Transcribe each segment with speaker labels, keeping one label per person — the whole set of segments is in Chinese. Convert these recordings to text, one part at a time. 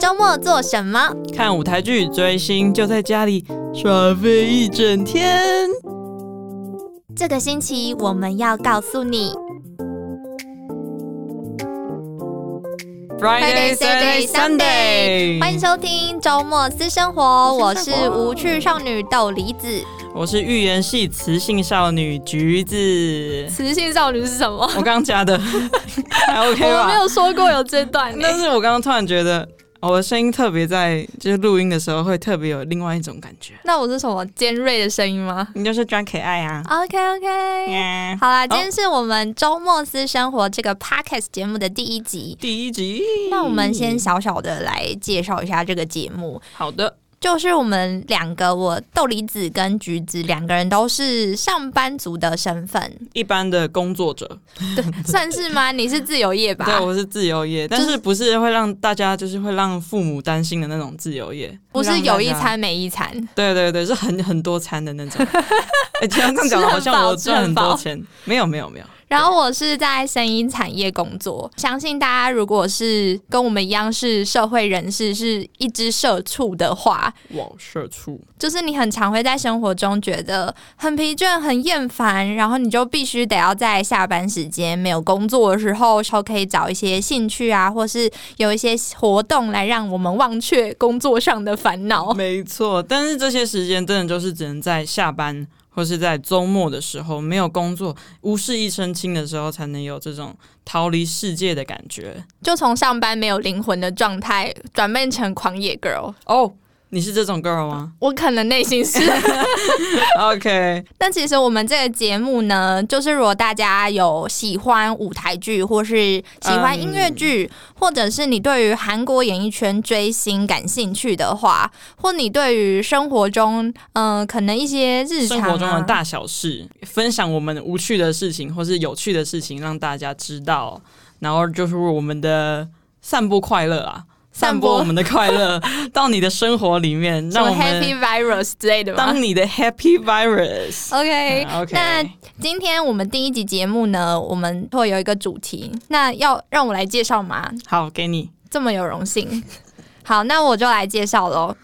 Speaker 1: 周末做什么？
Speaker 2: 看舞台剧、追星，就在家里耍废一整天。
Speaker 1: 这个星期我们要告诉你
Speaker 2: Friday, Saturday, Sunday，
Speaker 1: 欢迎收听周末私生活，我是无趣少女豆梨子。
Speaker 2: 我是预言系雌性少女 橘子。
Speaker 3: 雌性少女是什么？
Speaker 2: 我刚加的， 还 OK
Speaker 3: 我没
Speaker 2: 吧？
Speaker 3: 有说过有这段、 欸，
Speaker 2: 但是我刚刚突然觉得，哦我的声音特别在就是录音的时候会特别有另外一种感觉，
Speaker 3: 那我是什么尖锐的声音吗？哦
Speaker 2: 你就是装可爱啊！
Speaker 1: OK OK，
Speaker 2: 呀
Speaker 1: 哦好啦，今天是我们周末私生活这个 Podcast 节目的第一集。
Speaker 2: 第一集，
Speaker 1: 那我们先小小的来介绍一下这个节目，
Speaker 2: 好的，
Speaker 1: 就是我们两个，我豆梨子跟橘子两个人都是上班族的身份，
Speaker 2: 一般的工作者，
Speaker 1: 算是吗？你是自由业吧？
Speaker 2: 对我是自由业，但
Speaker 1: 就是
Speaker 2: 是不是会让大家就是会让父母担心的那种自由业，
Speaker 3: 不
Speaker 2: 会
Speaker 3: 是
Speaker 2: 让大
Speaker 3: 有一
Speaker 2: 家
Speaker 3: 餐没一餐，
Speaker 2: 对对对，是很很多餐的那种。哎、这样这样讲好像我赚很多钱，没有没有没有，
Speaker 3: 然
Speaker 1: 然
Speaker 3: 后
Speaker 1: 后我是在声音产业工作，相信大家如果是跟我们一样是社会人士，是一只社畜的话，
Speaker 2: 往社畜。
Speaker 1: 就是你很常会在生活中觉得很疲倦、很厌烦，然后你就必须得要在下班时间没有工作的时候，就可以找一些兴趣啊，或是有一些活动来让我们忘却工作上的烦恼。
Speaker 2: 没错，但是这些时间真的就是只能在下班或是在周末的时候，没有工作、无事一身轻的时候，才能有这种逃离世界的感觉。
Speaker 1: 就从上班没有灵魂的状态转变成狂野 girl，
Speaker 2: 哦，你是这种 girl 吗
Speaker 1: 我可能内心是。
Speaker 2: ？OK，
Speaker 1: 但其实我们这个节目呢，就是如果大家有喜欢舞台剧，或是喜欢音乐剧，
Speaker 2: 嗯
Speaker 1: 或者是你对于韩国演艺圈追星感兴趣的话，或你对于生活中，嗯、可能一些日常、
Speaker 2: 生
Speaker 1: 啊、
Speaker 2: 活中的大小事，分享我们无趣的事情或是有趣的事情，让大家知道，然后就是我们的散播快乐啊，散
Speaker 1: 散
Speaker 2: 播
Speaker 1: 播
Speaker 2: 我们的快 乐到你的生活里面，
Speaker 3: 什
Speaker 2: 让
Speaker 3: 么
Speaker 2: 我们
Speaker 3: Happy Virus 之类的
Speaker 1: 啊
Speaker 3: 吗？
Speaker 2: 当你的 Happy Virus。
Speaker 1: OK，、
Speaker 2: 嗯 OK，
Speaker 1: 那今天我们第一集节目呢，我们会有一个主题，那要让我来介绍吗？
Speaker 2: 好，给你
Speaker 1: 这么有荣幸。好，那我就来介绍喽。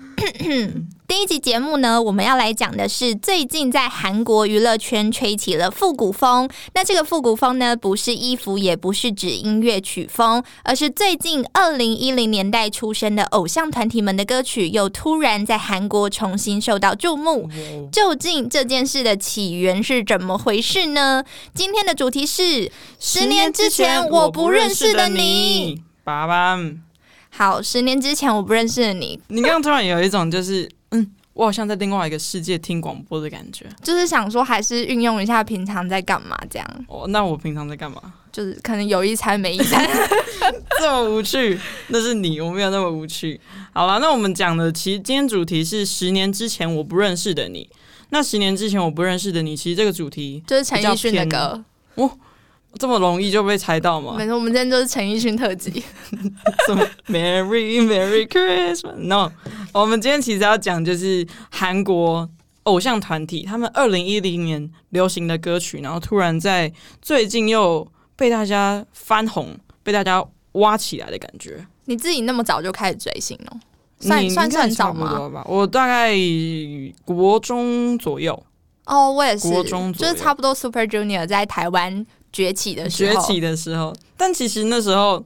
Speaker 1: 第一集节目呢，我们要来讲的是最近在韩国娱乐圈吹起了复古风。那这个复古风呢，不是衣服，也不是指音乐曲风，而是最近二零一零年代出生的偶像团体们的歌曲，又突然在韩国重新受到注目。究竟这件事的起源是怎么回事呢？今天的主题是十年之前我不认识的你。，
Speaker 2: 爸爸，
Speaker 1: 好，十年之前我不认识的你，
Speaker 2: 你刚刚突然有一种就是嗯。我好像在另外一个世界听广播的感觉。
Speaker 1: 就是想说还是运用一下平常在干嘛，这样
Speaker 2: 哦，那我平常在干嘛？
Speaker 1: 就是可能有一餐没一餐。
Speaker 2: 这么无趣，那是你，我没有那么无趣。好了，那我们讲的其实今天主题是十年之前我不认识的你。那十年之前我不认识的你，其实这个主题
Speaker 3: 就是陈奕迅的
Speaker 2: 比较
Speaker 3: 歌，
Speaker 2: 这么容易就被猜到吗
Speaker 3: 没错，我们今天就是陈奕迅特辑。
Speaker 2: 什么 Merry Merry Christmas？No，我们今天其实要讲就是韩国偶像团体他们二零一零年流行的歌曲，然后突然在最近又被大家翻红，被大家挖起来的感觉。
Speaker 3: 你自己那么早就开始追星哦，
Speaker 2: 你
Speaker 3: 算算
Speaker 2: 应
Speaker 3: 是
Speaker 2: 该
Speaker 3: 很
Speaker 2: 差
Speaker 3: 早
Speaker 2: 不
Speaker 3: 吗？
Speaker 2: 多吧，我大概国中左 右
Speaker 3: 哦，我也是
Speaker 2: 国中，左
Speaker 3: 就
Speaker 2: 右
Speaker 3: 是差不多 Super Junior 在台湾崛起的时
Speaker 2: 崛
Speaker 3: 候，
Speaker 2: 起的时候，但其实那时候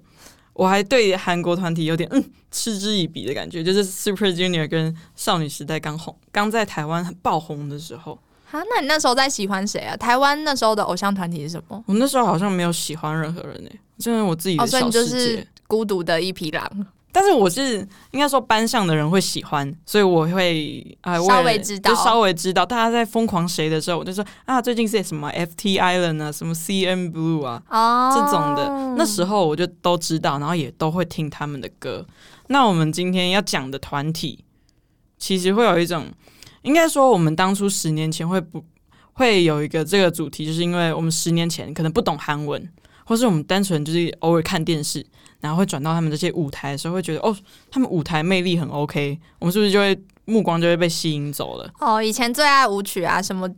Speaker 2: 我还对韩国团体有点嗯嗤之以鼻的感觉，就是 Super Junior 跟少女时代刚红，刚在台湾爆红的时候，
Speaker 3: 啊，那你那时候在喜欢谁啊？台湾那时候的偶像团体是什么？
Speaker 2: 我那时候好像没有喜欢任何人诶、就是我自己的
Speaker 3: 哦，所以
Speaker 2: 小
Speaker 3: 你就
Speaker 2: 世界。
Speaker 3: 是孤独的一匹狼，
Speaker 2: 但是我是应该说班上的人会喜欢，所以我会啊、呃为了
Speaker 3: 稍微知道
Speaker 2: 就稍微知道大家在疯狂谁的时候，我就说啊，最近是什么 FT Island 啊，什么 CN Blue 啊
Speaker 1: 哦
Speaker 2: 这种的，那时候我就都知道，然后也都会听他们的歌。那我们今天要讲的团体，其实会有一种，应该说我们当初十年前会不会有一个这个主题，就是因为我们十年前可能不懂韩文，或是我们单纯就是偶尔看电视，然后会转到他们这些舞台的时候，会觉得哦，他们舞台魅力很 OK，我们是不是就会目光就会被吸引走了
Speaker 3: 哦，以前最爱舞曲啊，什么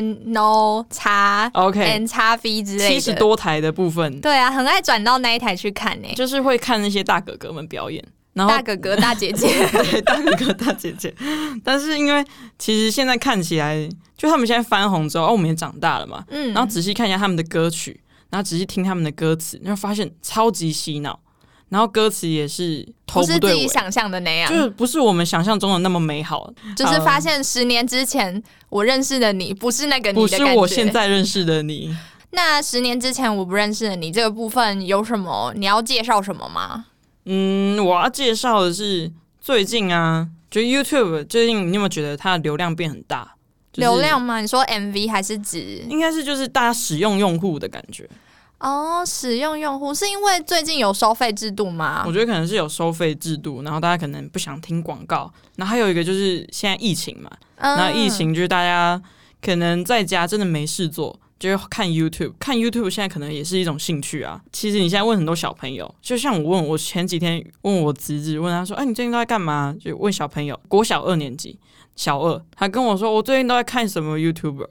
Speaker 3: Channel 叉
Speaker 2: ？OK，
Speaker 3: N 叉 V 之类
Speaker 2: 七
Speaker 3: 的，
Speaker 2: 十多台的部分，
Speaker 3: 对啊，很爱转到那一台去看呢、
Speaker 2: 就是会看那些大哥哥们表演。然后
Speaker 1: 欸大哥哥、大姐 姐，
Speaker 2: 对，大哥哥、大姐姐。但是因为其实现在看起来，就他们现在翻红之后，哦，我们也长大了嘛，
Speaker 3: 嗯，
Speaker 2: 然后仔细看一下他们的歌曲，然后仔细听他们的歌词，你会发现超级洗脑，然后歌词也是头
Speaker 1: 不是自
Speaker 2: 对尾
Speaker 1: 己，想象的那样
Speaker 2: 就，是不是我们想象中的那么美好，
Speaker 1: 就是发现十年之前我认识的你不是那个你
Speaker 2: 不
Speaker 1: 的
Speaker 2: 是
Speaker 1: 感觉。
Speaker 2: 我现在认识的你。
Speaker 1: 那十年之前我不认识的你这个部分有什么？你要介绍什么吗？
Speaker 2: 嗯，我要介绍的是最近啊，就 YouTube 最近，你有没有觉得它的流量变很大？就是
Speaker 1: 流量吗？你说 MV 还是指
Speaker 2: 应该是就是大家使用用户的感觉，
Speaker 1: 哦使用用户？是因为最近有收费制度吗
Speaker 2: 我？觉得可能是有收费制度，然后大家可能不想听广告，然后还有一个就是现在疫情嘛，那
Speaker 1: 那
Speaker 2: 疫情就是大家可能在家真的没事做，就会看 YouTube，看 YouTube 现在可能也是一种兴趣啊。其实你现在问很多小朋友，就像我问我前几天问我侄子，问他说：“哎、你最近都在干嘛？”就问小朋友，国小二年级，小二，他跟我说：“我最近都在看什么 YouTuber。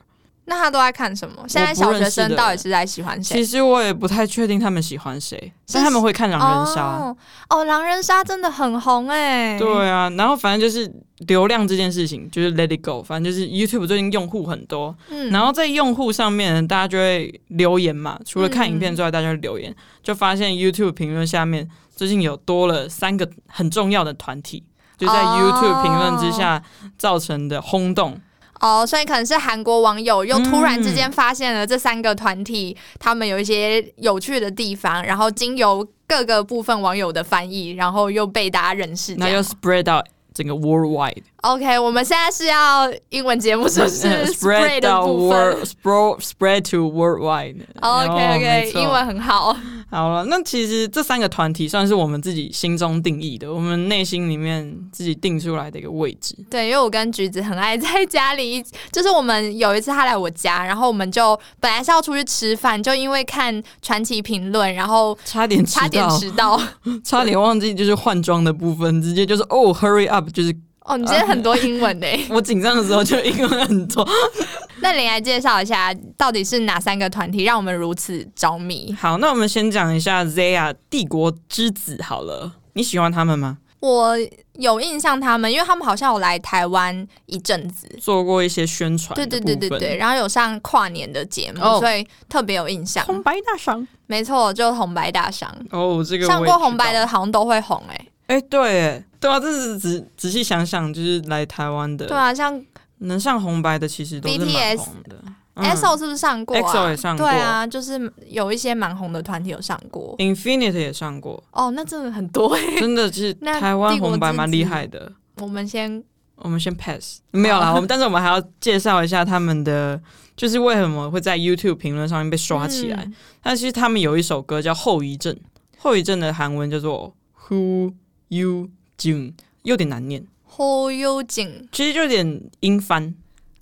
Speaker 1: 那他都在看什么？现在小学生到底是在喜欢”谁
Speaker 2: 其？实我也不太确定他们喜欢谁，但他们会看狼人杀。
Speaker 1: 哦哦，狼人杀真的很红哎、
Speaker 2: 对啊，然后反正就是流量这件事情，就是 Let It Go，反正就是 YouTube 最近用户很多，
Speaker 1: 嗯
Speaker 2: 然后在用户上面呢，大家就会留言嘛。除了看影片之外，大家就留言，就发现 YouTube 评论下面最近有多了三个很重要的团体，就在
Speaker 1: 哦
Speaker 2: YouTube 评论之下造成的轰动。
Speaker 1: 哦，所以可能是韩国网友又突然之
Speaker 2: 嗯
Speaker 1: 间发现了这三个团体，他们有一些有趣的地方，然后经由各个部分网友的翻译，然后又被大家认识这
Speaker 2: 那又
Speaker 1: 样。
Speaker 2: spread 到整个 worldwide，
Speaker 1: OK，我们现在是要英文节目，是不是
Speaker 2: spread
Speaker 1: 的
Speaker 2: 到
Speaker 1: 部
Speaker 2: world
Speaker 1: 分哦
Speaker 2: spread spread to worldwide。
Speaker 1: ？OK
Speaker 2: 然后哦没
Speaker 1: OK，
Speaker 2: 错
Speaker 1: 英文很好。
Speaker 2: 好了，那其实这三个团体算是我们自己心中定义的，我们内心里面自己定出来的一个位置。
Speaker 1: 对，因为我跟橘子很爱在家里，就是我们有一次他来我家，然后我们就本来是要出去吃饭，就因为看传奇评论，然后
Speaker 2: 差点迟
Speaker 1: 差点
Speaker 2: 到，
Speaker 1: 迟到。
Speaker 2: 差点忘记就是换装的部分，直接就是哦，hurry up，就是
Speaker 1: 哦，你今天很多英文欸呢、
Speaker 2: 我紧张的时候就英文很多。
Speaker 1: 那你来介绍一下，到底是哪三个团体让我们如此着迷？
Speaker 2: 好，那我们先讲一下 Zaya 帝国之子好了，你喜欢他们吗？
Speaker 1: 我有印象他们，因为他们好像有来台湾一阵子，
Speaker 2: 做过一些宣传，
Speaker 1: 对对对对对，，然后有上跨年的节目，
Speaker 2: 哦
Speaker 1: 所以特别有印象。
Speaker 2: 红白大赏
Speaker 1: 没错，就红白大赏，
Speaker 2: 哦，这个
Speaker 1: 上
Speaker 2: 我也知
Speaker 1: 过
Speaker 2: 道
Speaker 1: 红白，的好像都会红哎、
Speaker 2: 哎、对，哎对啊，这是仔仔细想想，就是来台湾的，
Speaker 1: 对啊，像
Speaker 2: 能上红白的其实都是蛮
Speaker 1: BTS
Speaker 2: 红的。嗯
Speaker 1: EXO 是不是上过、啊
Speaker 2: EXO 也上过
Speaker 1: 对啊，就是有一些蛮红的团体有上过。
Speaker 2: Infinite 也上过，
Speaker 1: 哦，那真的很多哎、
Speaker 2: 真的是
Speaker 1: 那
Speaker 2: 台湾
Speaker 1: 帝国
Speaker 2: 红白
Speaker 1: 之
Speaker 2: 蛮厉
Speaker 1: 子哦
Speaker 2: 害的。
Speaker 1: 我们先
Speaker 2: 我们先 pass，没有啦。我们但是我们还要介绍一下他们的，就是为什么会在 YouTube 评论上面被刷起来。
Speaker 1: 嗯
Speaker 2: 但其实他们有一首歌叫《后遗症》，后遗症的韩文叫做 Who You Jun，有点难念，
Speaker 1: 后幽景
Speaker 2: 其实就有点音翻。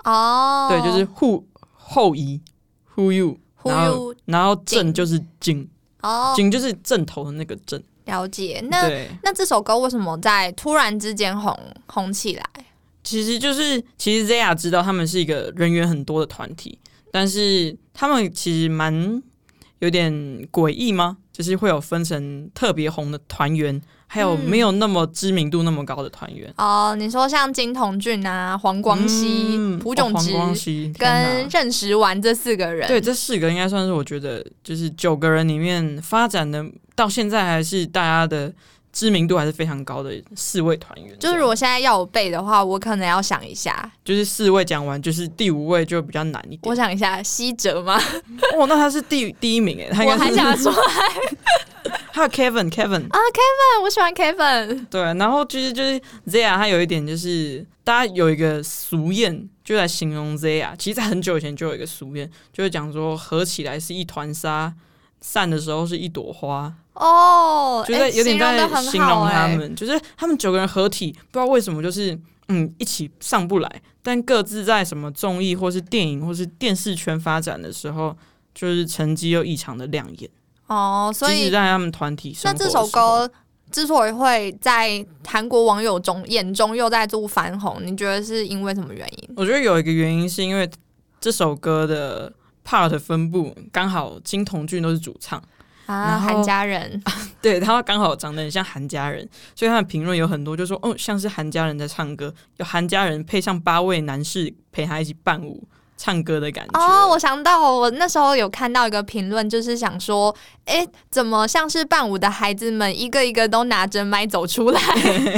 Speaker 1: 哦，
Speaker 2: 对，就是 Who 后遗 Who You，
Speaker 1: 忽
Speaker 2: 然后
Speaker 1: 悠
Speaker 2: 然后
Speaker 1: 静
Speaker 2: 正就是正，
Speaker 1: 哦，
Speaker 2: 正就是正头的那个正。
Speaker 1: 了解。那
Speaker 2: 对，
Speaker 1: 那这首歌为什么在突然之间红红起来？
Speaker 2: 其实就是，其实 Zaya 知道他们是一个人员很多的团体，但是他们其实蛮有点诡异吗？就是会有分成特别红的团员，还有没有那么知名度那么高的团员。
Speaker 1: 哦、你说像金童俊啊、黄光熙、
Speaker 2: 嗯
Speaker 1: 朴炯
Speaker 2: 哦黄
Speaker 1: 植、
Speaker 2: 光熙
Speaker 1: 跟
Speaker 2: 天哪
Speaker 1: 任时完这四个人，
Speaker 2: 对这四个应该算是我觉得就是九个人里面发展的到现在还是大家的知名度还是非常高的四位团员
Speaker 1: 就
Speaker 2: 这样。
Speaker 1: 是如果现在要我背的话，我可能要想一下，
Speaker 2: 就是四位讲完，就是第五位就比较难一点
Speaker 1: 我。想一下，西哲吗？
Speaker 2: 哦，那他是第第一名 哎，他应
Speaker 1: 我
Speaker 2: 该
Speaker 1: 还
Speaker 2: 是
Speaker 1: 想 说，
Speaker 2: 还有 Kevin Kevin，、
Speaker 1: 我喜欢 Kevin
Speaker 2: 对，然后就是就是 Zia，他有一点就是大家有一个俗谚，就来形容 Zia，其实在很久以前就有一个俗谚，就是讲说合起来是一团沙。散的时候是一朵花，
Speaker 1: 哦，
Speaker 2: 就在
Speaker 1: 哎
Speaker 2: 有
Speaker 1: 形
Speaker 2: 点
Speaker 1: 容
Speaker 2: 在
Speaker 1: 的很
Speaker 2: 形
Speaker 1: 好
Speaker 2: 容他
Speaker 1: 哎、
Speaker 2: 们，就是他们九个人合体，不知道为什么就是嗯一起上不来，但各自在什么综艺或是电影或是电视圈发展的时候，就是成绩又异常的亮眼。
Speaker 1: 哦，所
Speaker 2: 即使
Speaker 1: 以
Speaker 2: 在他们团体生
Speaker 1: 那
Speaker 2: 活的
Speaker 1: 这首
Speaker 2: 时候
Speaker 1: 歌之所以会在韩国网友中眼中又再度翻红，你觉得是因为什么原因？
Speaker 2: 我觉得有一个原因是因为这首歌的 part 分布刚好金童俊都是主唱，
Speaker 1: 啊，
Speaker 2: 然后
Speaker 1: 韩家人，
Speaker 2: 对，他刚好长得很像韩家人，所以他的评论有很多就说，哦，像是韩家人在唱歌，有韩家人配上八位男士陪他一起伴舞唱歌的感觉。
Speaker 1: 哦，我 想到我那时候有看到一个评论，就是想说，哎、怎么像是伴舞的孩子们一个一个都拿着麦走出来，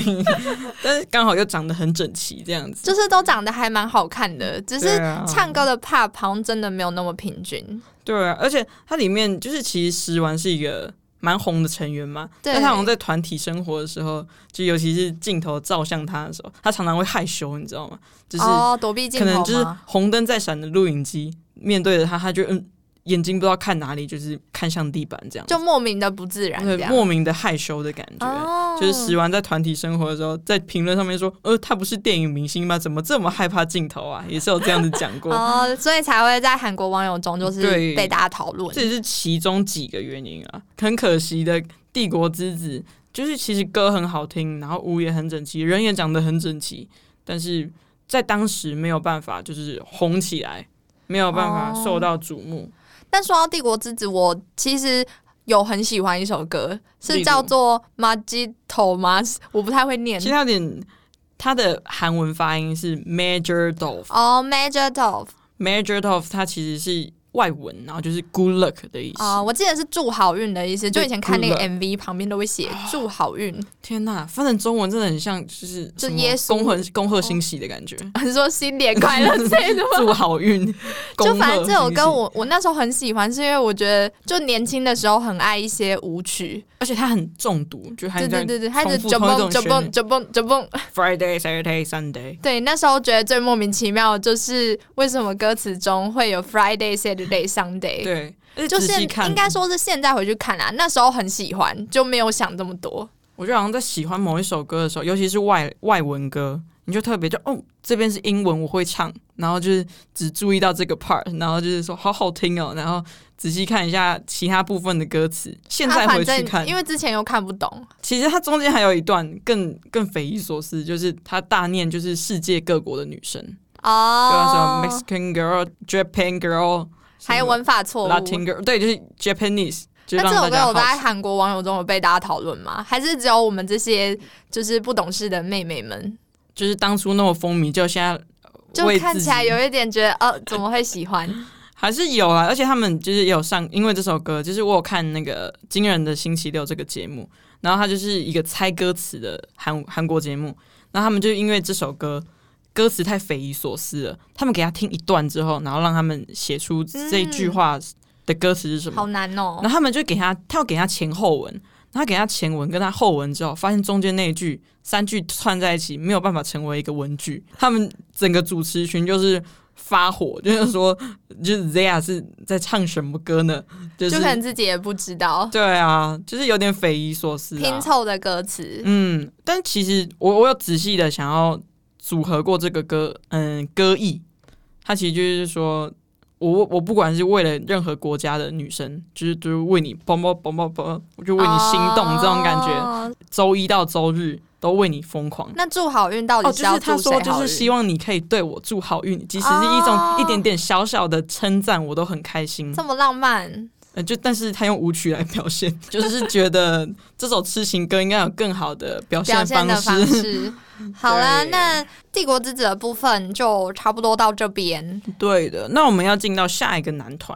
Speaker 2: 但是刚好又长得很整齐这样子。
Speaker 1: 就是都长得还蛮好看的，只是
Speaker 2: 对啊
Speaker 1: 唱歌的 pop 好像真的没有那么平均。
Speaker 2: 对啊，而且它里面就是其实石丸是一个蛮红的成员嘛，
Speaker 1: 对
Speaker 2: 但他好像在团体生活的时候，就尤其是镜头照向他的时候，他常常会害羞，你知道吗？就是
Speaker 1: 哦，躲避镜
Speaker 2: 可能
Speaker 1: 头
Speaker 2: 就是
Speaker 1: 吗？
Speaker 2: 红灯在闪的录影机面对着他，他就嗯眼睛不知道看哪里，就是看向地板这样子，
Speaker 1: 就莫名的不自然，这
Speaker 2: 对
Speaker 1: 样
Speaker 2: 莫名的害羞的感觉。
Speaker 1: 哦
Speaker 2: 就是石丸在团体生活的时候，在评论上面说：“呃，他不是电影明星吗？怎么这么害怕镜头啊？”也是有这样子讲 过，
Speaker 1: 哦，所以才会在韩国网友中就是
Speaker 2: 对
Speaker 1: 被大家讨论。
Speaker 2: 这也是其中几个原因啊。很可惜的，《帝国之子》就是其实歌很好听，然后舞也很整齐，人也长得很整齐，但是在当时没有办法就是红起来，没有办法
Speaker 1: 哦
Speaker 2: 受到瞩目。
Speaker 1: 但说到《帝国之子》，我其实有很喜欢一首歌，
Speaker 2: 例
Speaker 1: 是
Speaker 2: 如
Speaker 1: 叫做《Magito》吗？我不太会念
Speaker 2: 其实。它有点，它的韩文发音是 Major Dove。
Speaker 1: 哦、m a g i t o
Speaker 2: Major Dove 它其实是外文，然后就是 good luck 的意思。
Speaker 1: 啊、我记得是祝好运的意思。就
Speaker 2: 对
Speaker 1: 以前看那个
Speaker 2: good
Speaker 1: MV 旁边都会写祝好运，
Speaker 2: 天呐，翻成中文真的很像，就是
Speaker 1: 就
Speaker 2: 什么
Speaker 1: 耶稣哦
Speaker 2: 恭贺恭贺新喜 的感觉，
Speaker 1: 说新年快乐之 类的吗。
Speaker 2: 祝好运。
Speaker 1: 就反正这首
Speaker 2: 恭贺新
Speaker 1: 歌
Speaker 2: 喜
Speaker 1: 我我那时候很喜欢，是因为我觉得就年轻的时候很爱一些舞曲，
Speaker 2: 而且它很中毒，就还
Speaker 1: 对对对对，它一直
Speaker 2: 重
Speaker 1: 就
Speaker 2: 复同
Speaker 1: 蹦
Speaker 2: 一
Speaker 1: 就
Speaker 2: 种旋
Speaker 1: 蹦
Speaker 2: 律
Speaker 1: 就蹦就蹦，
Speaker 2: Friday Saturday Sunday。
Speaker 1: 对，那时候觉得最莫名其妙的就是为什么歌词中会有 Friday、Saturday、Sunday，
Speaker 2: 对，而且
Speaker 1: 就
Speaker 2: 仔
Speaker 1: 是
Speaker 2: 细看
Speaker 1: 应该，说是现在回去看啊，那时候很喜欢，就没有想这么多。
Speaker 2: 我觉得好像在喜欢某一首歌的时候，尤其是外外文歌，你就特别就哦，这边是英文，我会唱，然后就是只注意到这个 part，然后就是说好好听哦，然后仔细看一下其他部分的歌词。现在
Speaker 1: 啊
Speaker 2: 回
Speaker 1: 反
Speaker 2: 去
Speaker 1: 正
Speaker 2: 看，
Speaker 1: 因为之前又看不懂，
Speaker 2: 其实它中间还有一段更更匪夷所思，就是他大念就是世界各国的女生，对啊，什
Speaker 1: 哦
Speaker 2: 么 Mexican girl、Japan girl，
Speaker 1: 还有文法错误。
Speaker 2: Latin girl，对，就是 Japanese，就
Speaker 1: 那
Speaker 2: 是
Speaker 1: 这
Speaker 2: 让
Speaker 1: 首
Speaker 2: 大
Speaker 1: 歌有
Speaker 2: 家
Speaker 1: 在
Speaker 2: 好奇。
Speaker 1: 韩国网友中有被大家讨论吗？还是只有我们这些就是不懂事的妹妹们，
Speaker 2: 就是当初那么风靡，就现在呃
Speaker 1: 就
Speaker 2: 为
Speaker 1: 看
Speaker 2: 自
Speaker 1: 起来
Speaker 2: 己
Speaker 1: 有一点觉得呃怎么会喜 欢？
Speaker 2: 还是有啊，而且他们就是有上，因为这首歌，就是我有看那个《惊人的星期六》这个节目，然后它就是一个猜歌词的韩韩国节目，然后他们就因为这首歌歌词太匪夷所思了，他们给他听一段之后，然后让他们写出这句话的歌词是什么，
Speaker 1: 好难哦
Speaker 2: 然。后他们就给他，他要给他前后文，然后他给他前文跟他后文之后，发现中间那一句三句串在一起，没有办法成为一个文句。他们整个主持群就是发火，就是说， 就是 Zia 是在唱什么歌呢？就是
Speaker 1: 就可能自己也不知道
Speaker 2: 对啊，就是有点匪夷所思、
Speaker 1: 拼
Speaker 2: 啊。
Speaker 1: 凑的歌词，
Speaker 2: 嗯，但其实我我有仔细的想要组合过这个歌，嗯，歌意，它其实就是说我我不管是为了任何国家的女生，就是就是为你嘣嘣嘣嘣嘣，我就为你心动这种感觉，
Speaker 1: 哦
Speaker 2: 周一到周日都为你疯狂。
Speaker 1: 那祝好运到
Speaker 2: 哦，
Speaker 1: 底
Speaker 2: 就
Speaker 1: 要
Speaker 2: 是
Speaker 1: 祝
Speaker 2: 他
Speaker 1: 谁
Speaker 2: 说，
Speaker 1: 好运？
Speaker 2: 就是希望你可以对我祝好运，即使是一种
Speaker 1: 哦
Speaker 2: 一点点小小的称赞，我都很开心。
Speaker 1: 这么浪漫，
Speaker 2: 呃，就但是他用舞曲来表现， 就是觉得这首痴情歌应该有更好的表
Speaker 1: 表
Speaker 2: 现
Speaker 1: 现的方
Speaker 2: 式
Speaker 1: 式。好啦，
Speaker 2: 对
Speaker 1: 那《帝国之子》的部分就差不多到这边。
Speaker 2: 对的，那我们要进到下一个男团，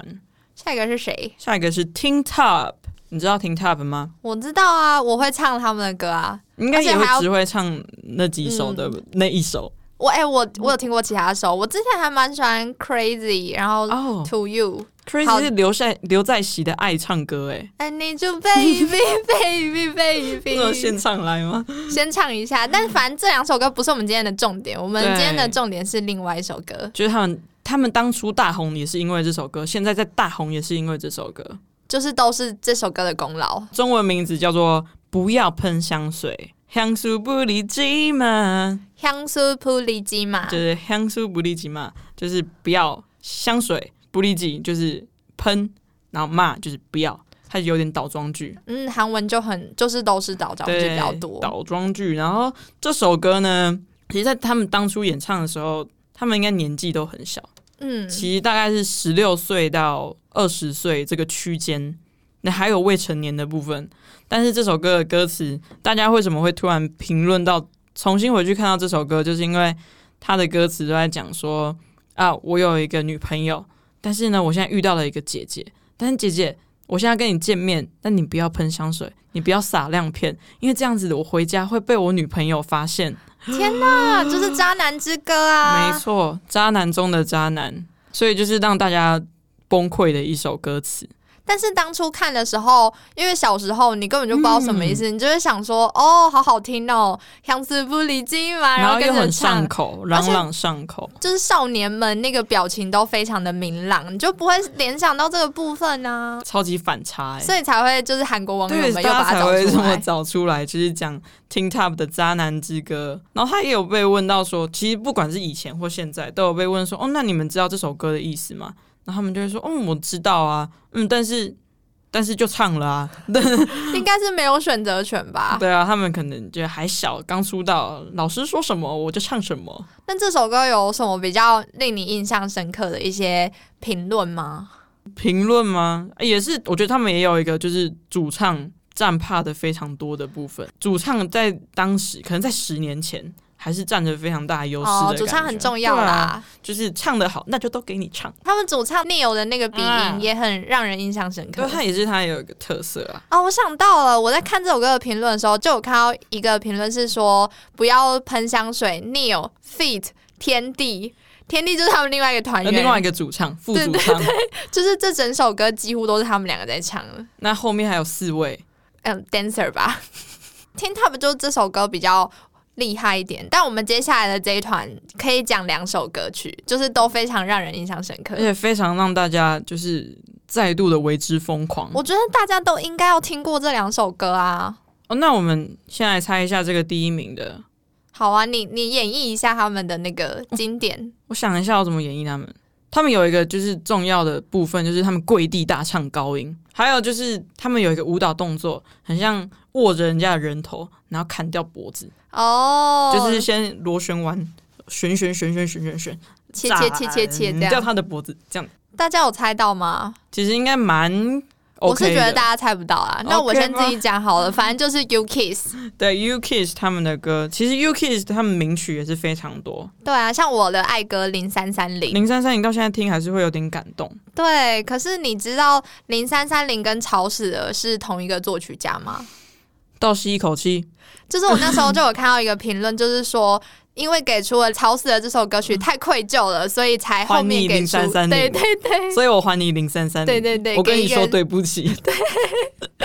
Speaker 1: 下一个是谁？
Speaker 2: 下一个是 Teen Top，你知道 Teen Top 吗？
Speaker 1: 我知道啊，我会唱他们的歌啊。
Speaker 2: 应该也
Speaker 1: 而且还要嗯
Speaker 2: 会只会唱那几首的、那一首
Speaker 1: 我哎、我我有听过其他首，我之前还蛮喜欢《Crazy》，然后《
Speaker 2: 哦。
Speaker 1: To You
Speaker 2: Crazy
Speaker 1: 好
Speaker 2: 是刘在刘在熙的爱唱歌哎，》。
Speaker 1: I need you, baby, baby,
Speaker 2: 这种
Speaker 1: baby。
Speaker 2: 现场来吗？
Speaker 1: 先唱一下，但反正这两首歌不是我们今天的重点，我们
Speaker 2: 对
Speaker 1: 今天的重点是另外一首歌，
Speaker 2: 就是他们他们当初大红也是因为这首歌，现在在大红也是因为这首歌。
Speaker 1: 就是都是这首歌的功劳。
Speaker 2: 中文名字叫做《不要喷香水》，香水不离己嘛，
Speaker 1: 香酥普里基嘛
Speaker 2: 就，是香水不离己嘛，就是不要香水不离己，就是喷，然后骂就是不要，它有点倒装句，
Speaker 1: 嗯，韩文就很就是都是倒装句
Speaker 2: 对
Speaker 1: 比较多。
Speaker 2: 倒装句。然后这首歌呢，其实在他们当初演唱的时候，他们应该年纪都很小，
Speaker 1: 嗯，
Speaker 2: 其实大概是十六岁到二十岁这个区间。那还有未成年的部分。但是这首歌的歌词，大家为什么会突然评论到重新回去看到这首歌，就是因为他的歌词都在讲说啊，我有一个女朋友，但是呢，我现在遇到了一个姐姐，但是姐姐。我现在跟你见面，但你不要喷香水，你不要撒亮片，因为这样子我回家会被我女朋友发现。
Speaker 3: 天哪，就是《渣男之歌》啊！
Speaker 2: 没错，渣男中的渣男，所以就是让大家崩溃的一首歌词。
Speaker 1: 但是当初看的时候，因为小时候你根本就不知道什么意思，
Speaker 2: 嗯
Speaker 1: 你就会想说哦，好好听哦，相思不离金嘛，
Speaker 2: 然后
Speaker 1: 啊跟
Speaker 2: 又
Speaker 1: 着
Speaker 2: 很
Speaker 1: 唱
Speaker 2: 上。口，朗朗上口。
Speaker 1: 就是少年们那个表情都非常的明朗，你就不会联想到这个部分呢、
Speaker 2: 超级反差、欸，
Speaker 1: 哦所以才会就是韩国网友
Speaker 2: 对，
Speaker 1: 们又
Speaker 2: 大
Speaker 1: 把它
Speaker 2: 家才
Speaker 1: 找
Speaker 2: 会这
Speaker 1: 出
Speaker 2: 么
Speaker 1: 来。
Speaker 2: 找出来，就是讲 Ting Top 的《渣男之歌》。然后他也有被问到说，其实不管是以前或现在，都有被问说，哦，那你们知道这首歌的意思吗？然后他们就会说，嗯，我知道啊，嗯，但是但是就唱了啊，
Speaker 1: 应该是没有选择权吧？
Speaker 2: 对啊，他们可能就还小，刚出道，老师说什么我就唱什么。
Speaker 1: 那这首歌有什么比较令你印象深刻的一些评论吗？
Speaker 2: 评论吗？哎也是，我觉得他们也有一个就是主唱占怕的非常多的部分。主唱在当时可能在十年前还是占着非常大的优势的感
Speaker 1: 哦
Speaker 2: 觉、，
Speaker 1: 主唱很重要
Speaker 2: 对
Speaker 1: 啦。
Speaker 2: 啊就是唱的好，那就都给你唱。
Speaker 1: 他们主唱 Neil 的那个鼻
Speaker 2: 啊
Speaker 1: 音也很让人印象深刻
Speaker 2: 可。他也是他有一个特色啊，
Speaker 1: 哦，我想到了，我在看这首歌的评论的时候，就有看到一个评论是说不要喷香水，Neil Feet 天地，天地就是 他们另外一个团
Speaker 2: 那
Speaker 1: 员，
Speaker 2: 呃另外一个主唱、副主唱，
Speaker 1: 就是这整首歌几乎都是他们两个在唱的，
Speaker 2: 那后面还有四位。
Speaker 1: 嗯，dancer 吧。 听 Top 就这首歌比较厉害一点，但我们接下来的这一团可以讲两首歌曲，就是都非常让人印象深刻
Speaker 2: 而。且非常让大家就是再度的为之疯狂。
Speaker 1: 我觉得大家都应该要听过这两首歌啊。
Speaker 2: 哦，那我们先来猜一下这个第一名的。
Speaker 1: 好啊，你你演绎一下他们的那个
Speaker 2: 哦
Speaker 1: 经 典，
Speaker 2: 我想一下我怎么演绎他们。他们有一个就是重要的部分，就是他们跪地大唱高音，还有就是他们有一个舞蹈动作，很像握着人家的人头，然后砍掉脖子，
Speaker 1: 哦，
Speaker 2: 就是先螺旋丸，旋旋旋旋旋旋旋，
Speaker 1: 切切切切切这
Speaker 2: 斩掉
Speaker 1: 样。
Speaker 2: 他的脖子，这样
Speaker 1: 大家有猜到吗
Speaker 2: 其实应该蛮 OK
Speaker 1: 我是觉得
Speaker 2: 的
Speaker 1: 大家猜不到啊。那我
Speaker 2: OK 嗯
Speaker 1: 先自己讲好了，反正就是 You Kiss。
Speaker 2: 对 U Kiss 他们的歌，其实 U Kiss 他们名曲也是非常多，
Speaker 1: 对啊，像我的爱歌零三三零，
Speaker 2: 零三三你到现在听还是会有点感动。
Speaker 1: 对。可是你知道零三三零跟吵死了是同一个作曲家吗？
Speaker 2: 倒吸一口气，
Speaker 1: 就是我那时候就有看到一个评论，就是说。因为给出了《吵死了》这首歌曲太愧疚了，所以才后面给出
Speaker 2: 还你0330
Speaker 1: 对对对
Speaker 2: 所以我还你零三三。
Speaker 1: 对对对，
Speaker 2: 嗯我跟
Speaker 1: 给
Speaker 2: 你
Speaker 1: 一个
Speaker 2: 说对 不起。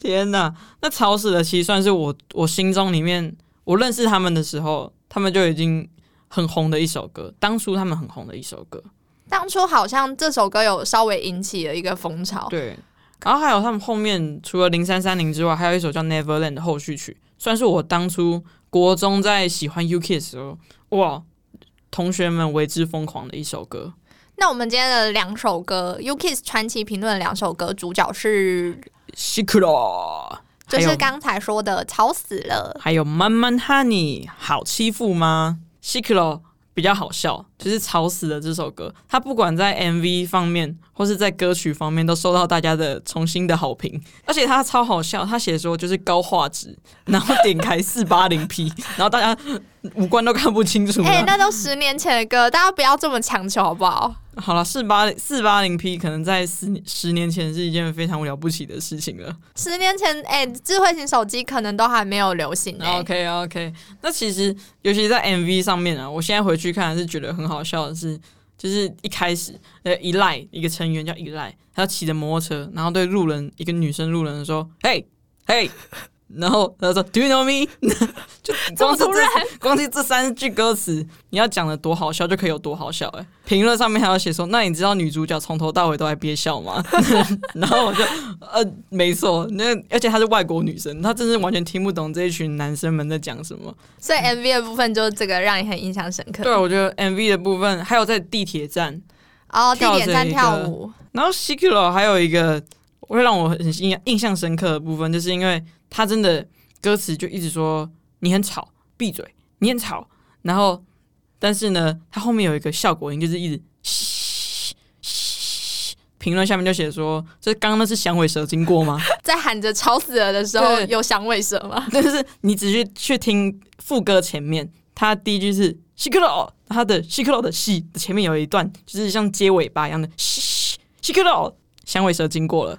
Speaker 2: 天哪，那吵死了！其实算是我我心中里面，我认识他们的时候，他们就已经很红的一首歌，当初他们很红的一首歌。
Speaker 1: 当初好像这首歌有稍微引起了一个风潮，
Speaker 2: 对，然后还有他们后面除了零三三零之外，还有一首叫 Neverland 的后续曲，算是我当初国中在喜欢 UK 的时候，哇，同学们为之疯狂的一首歌。
Speaker 1: 那我们今天的两首歌《U Kiss 传奇》评论的两首歌，主角是
Speaker 2: Secret，
Speaker 1: 就
Speaker 2: 还
Speaker 1: 是
Speaker 2: 有
Speaker 1: 刚才说的“吵死了
Speaker 2: 还有慢慢 Honey 好欺负吗？Shiklo 比较好笑，就是吵死了这首歌，它不管在 MV 方面或是在歌曲方面都受到大家的重新的好评，而且它超好笑，它写说就是高画质，然后点 开四八零 P，然后大家五官都看不清”楚了。
Speaker 1: 哎、那都十年前的歌，大家不要这么强求好不好？
Speaker 2: 好了，四八四八零 P 可能在十十年前是一件非常了不起的事情了。
Speaker 1: 十年前，哎、智慧型手机可能都还没有流行哎、
Speaker 2: OK OK，那其实尤其在 MV 上面啊，我现在回去看还是觉得很好笑的是，就是一开始呃，依赖一个成员叫依赖，他骑着摩托车，然后对路人一个女生路人说：“嘿，嘿。” 然后他说 “Do you know me？” 就光是
Speaker 1: 这么突然
Speaker 2: 这光是这三句歌词，你要讲的多好笑就可以有多好笑哎、评论上面还有写说：“那你知道女主角从头到尾都在憋笑吗？” 然后我就呃，没错，那而且她是外国女生，她真是完全听不懂这一群男生们在讲什么。
Speaker 1: 所以 MV 的部分就是这个让你很印象深刻。
Speaker 2: 对，啊我觉得 MV 的部分还有在地铁站，
Speaker 1: 哦，地点站跳
Speaker 2: 跳这一
Speaker 1: 舞，
Speaker 2: 然后 s i k u r o 还有一个会让我很印印象深刻的部分，就是因为他真的歌词就一直说你很吵，闭嘴，你很吵。然后，但是呢，他后面有一个效果音，就是一直嘘嘘嘘评论下面就写说，这刚刚那是响尾蛇经过吗？
Speaker 1: 在喊着吵死了的时候，
Speaker 2: 对
Speaker 1: 有响尾蛇吗？
Speaker 2: 但是你只去去听副歌前面，它第一句是西克洛，它的西克洛的西前面有一段就是像接尾巴一样的西西克洛，响尾蛇经过了，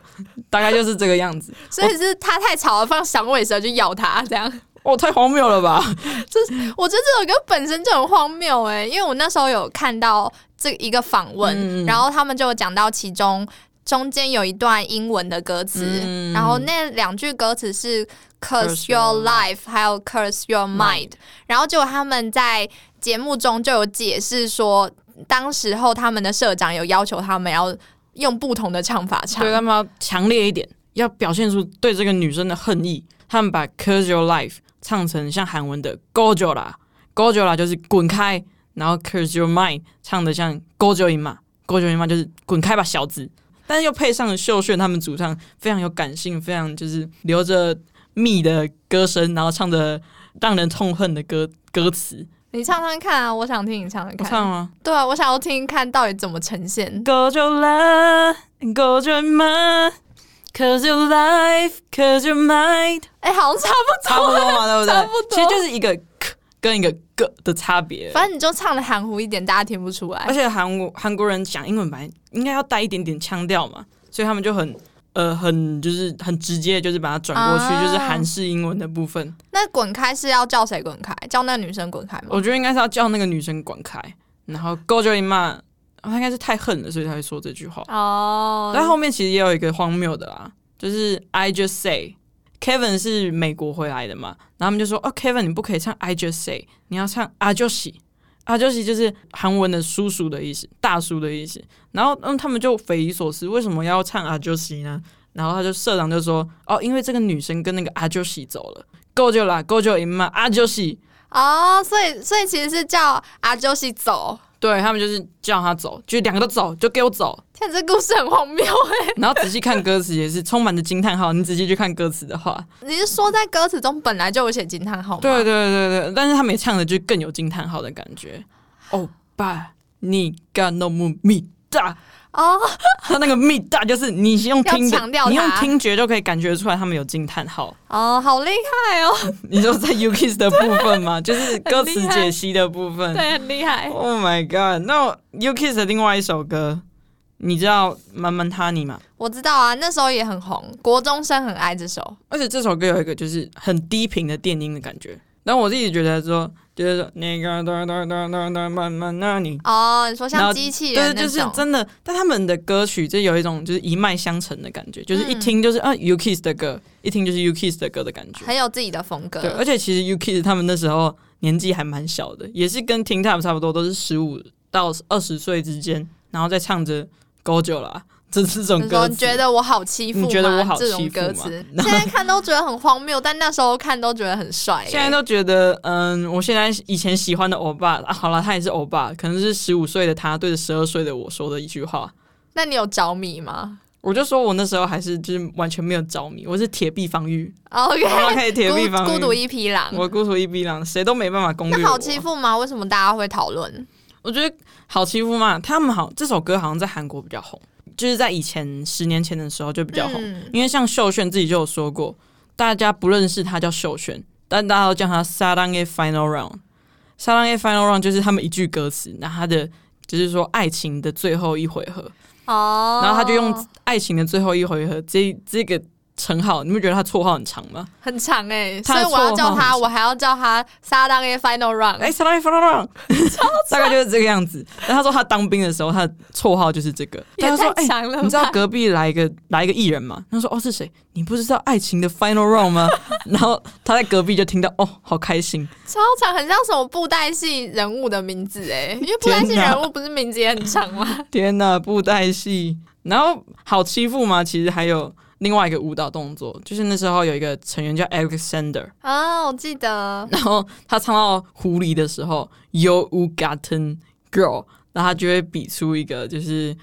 Speaker 2: 大概就是这个样子。
Speaker 1: 所以是他太吵了，放响尾蛇去咬他，这样。
Speaker 2: 哦，太荒谬了吧！
Speaker 1: 我觉得这首歌本身就很荒谬哎、因为我那时候有看到这一个访问，
Speaker 2: 嗯
Speaker 1: 然后他们就有讲到其中中间有一段英文的歌词，
Speaker 2: 嗯
Speaker 1: 然后那两句歌词是
Speaker 2: Curse
Speaker 1: curse
Speaker 2: your
Speaker 1: your life 还有 curse your mind，然后结果他们在节目中就有解释说，当时候他们的社长有要求他们要用不同的唱法唱
Speaker 2: 对，啊他们要强烈一点，要表现出对这个女生的恨意。他们把 “curse your life” 唱成像韩文的 “gojola”，“gojola” 就是滚开，然后 “curse your mind” 唱的像 “gojo i m a g o j o i m a 就是滚开吧，小子。但是又配上了秀炫他们主唱非常有感性，非常就是留着蜜的歌声，然后唱着让人痛恨的歌歌词。
Speaker 1: 你唱唱看啊，我想听你唱唱
Speaker 2: 我
Speaker 1: 看。
Speaker 2: 唱吗？
Speaker 1: 对啊，我想要听看到底怎么呈现。
Speaker 2: Go your life, go your mind, cause your life, cause your mind。
Speaker 1: 哎、好像差不
Speaker 2: 差不多嘛，对不对？
Speaker 1: 差不多
Speaker 2: 其实就是一个 k 跟一个 g 的差别。
Speaker 1: 反正你就唱的含糊一点，大家听不出来
Speaker 2: 而。且韩国韩国人讲英文本来应该要带一点点腔调嘛，所以他们就很呃很就是很直接，就是把它转过去，
Speaker 1: 啊
Speaker 2: 就是韩式英文的部分。
Speaker 1: 那滚开是要叫谁滚开？叫那个女生滚开吗？
Speaker 2: 我觉得应该是要叫那个女生滚开，然后 go j o i ma，他应该是太恨了，所以才会说这句话。
Speaker 1: 哦
Speaker 2: 但后面其实也有一个荒谬的啦，就是 I just say。Kevin 是美国回来的嘛，然后他们就说：“哦，Kevin，你不可以唱 I just say，你要唱阿就喜。阿就喜就是韩文的叔叔的意思，大叔的意思。”然后，嗯，他们就匪夷所思，为什么要唱阿就喜呢？然后他就社长就说：“哦，因为这个女生跟那个阿就喜走了，够就啦，够就赢嘛，阿就喜。
Speaker 1: 哦，所以所以其实是叫阿周西走。”
Speaker 2: 对他们就是叫他走，就两个都走，就给我走。
Speaker 1: 天，这故事很荒谬哎、
Speaker 2: 然后仔细看歌词也是充满着惊叹号，你仔细去看歌词的话，
Speaker 1: 你是说在歌词中本来就有写惊叹号吗？
Speaker 2: 对对对对，但是他们也唱的就更有惊叹号的感觉。哦，爸，你干那么密大，
Speaker 1: 哦，
Speaker 2: 他那个密大就是你用听
Speaker 1: 要
Speaker 2: 的
Speaker 1: 强调，它
Speaker 2: 你用听觉就可以感觉出来他们有惊叹号。
Speaker 1: 哦，好厉害哦，
Speaker 2: 你说 在 U Kiss 的部分嘛，就是歌词
Speaker 1: 很厉害
Speaker 2: 解析的部分。
Speaker 1: 对，很厉害。
Speaker 2: Oh my god！那 U Kiss 的另外一首歌，你知道《慢慢哈你》吗？
Speaker 1: 我知道啊，那时候也很红，国中生很爱这首。
Speaker 2: 而且这首歌有一个就是很低频的电音的感觉。然后我自己觉得说，就是说那个哒哒哒哒哒慢慢那你
Speaker 1: 哦，你说
Speaker 2: 然
Speaker 1: 像
Speaker 2: 后
Speaker 1: 机器
Speaker 2: 对，
Speaker 1: 人那
Speaker 2: 就是
Speaker 1: 种，
Speaker 2: 真的，但他们的歌曲就有一种就是一脉相承的感觉，
Speaker 1: 嗯
Speaker 2: 就是一听就是、啊 U Kiss 的歌，一听就是 U Kiss 的歌的感觉。
Speaker 1: 很有自己的风
Speaker 2: 对，
Speaker 1: 格。
Speaker 2: 而且其实 U Kiss 他们那时候年纪还蛮小的，也是跟 Ting Tap 差不多，都是十五到二十岁之间，然后再唱着《狗酒啦》 这这种
Speaker 1: 你
Speaker 2: 歌
Speaker 1: 说
Speaker 2: 词
Speaker 1: 你觉得我好欺负吗？
Speaker 2: 你觉得我好
Speaker 1: 这种
Speaker 2: 欺负
Speaker 1: 歌
Speaker 2: 吗
Speaker 1: 词，现在看都觉得很荒谬，但那时候看都觉得很帅、
Speaker 2: 现在都觉得，嗯，我现在以前喜欢的欧巴啊， 好了，他也是欧巴，可能是十五岁的他对着十二岁的我说的一句话，
Speaker 1: 那你有着迷吗
Speaker 2: 我就说我那时候还是就是完全没有着迷，我是铁壁防御，
Speaker 1: ？OK，
Speaker 2: 我可以铁壁
Speaker 1: 孤
Speaker 2: 防御，
Speaker 1: 孤独一匹狼，
Speaker 2: 我孤独一匹狼，谁都没办法攻略
Speaker 1: 那
Speaker 2: 我。
Speaker 1: 好欺负吗？为什么大家会讨论？
Speaker 2: 我觉得好欺负嘛，他们好这首歌好像在韩国比较红，就是在以前十年前的时候就比较红，
Speaker 1: 嗯
Speaker 2: 因为像秀炫自己就有说过，大家不认识他叫秀炫，但大家都叫他 s a r a n g e Final Round。s a r a n g e Final Round 就是他们一句歌词，那他的就是说爱情的最后一回合，
Speaker 1: 哦，
Speaker 2: 然后他就用爱情的最后一回合这这个称号，你们觉得他绰号很长吗？
Speaker 1: 很长哎、
Speaker 2: 他
Speaker 1: 所
Speaker 2: 的
Speaker 1: 以我要
Speaker 2: 绰号
Speaker 1: 叫
Speaker 2: 很
Speaker 1: 他，
Speaker 2: 长
Speaker 1: 我还要叫他撒当 A Final Round。
Speaker 2: 哎 s a r a n g e Final Round，大 概就是这个样子。但他说他当兵的时候，他的绰号就是这个。
Speaker 1: 也
Speaker 2: 他就说，哎
Speaker 1: 太、长了吧、
Speaker 2: 你知道隔壁来一个来一个艺人嘛？他说哦是谁？你不知道爱情的 final round 吗？ 然后他在隔壁就听到哦，好开心。
Speaker 1: 超长，很像什么布袋戏人物的名字哎、因为布袋戏
Speaker 2: 天哪
Speaker 1: 人物不是名字也很长 吗？
Speaker 2: 天哪，布袋戏，然后好欺负吗？其实还有另外一个舞蹈动作，就是那时候有一个成员叫 Alexander，
Speaker 1: 啊，我记得
Speaker 2: 然后他唱到狐狸的时候，You gotten girl，然后他就会比出一个就是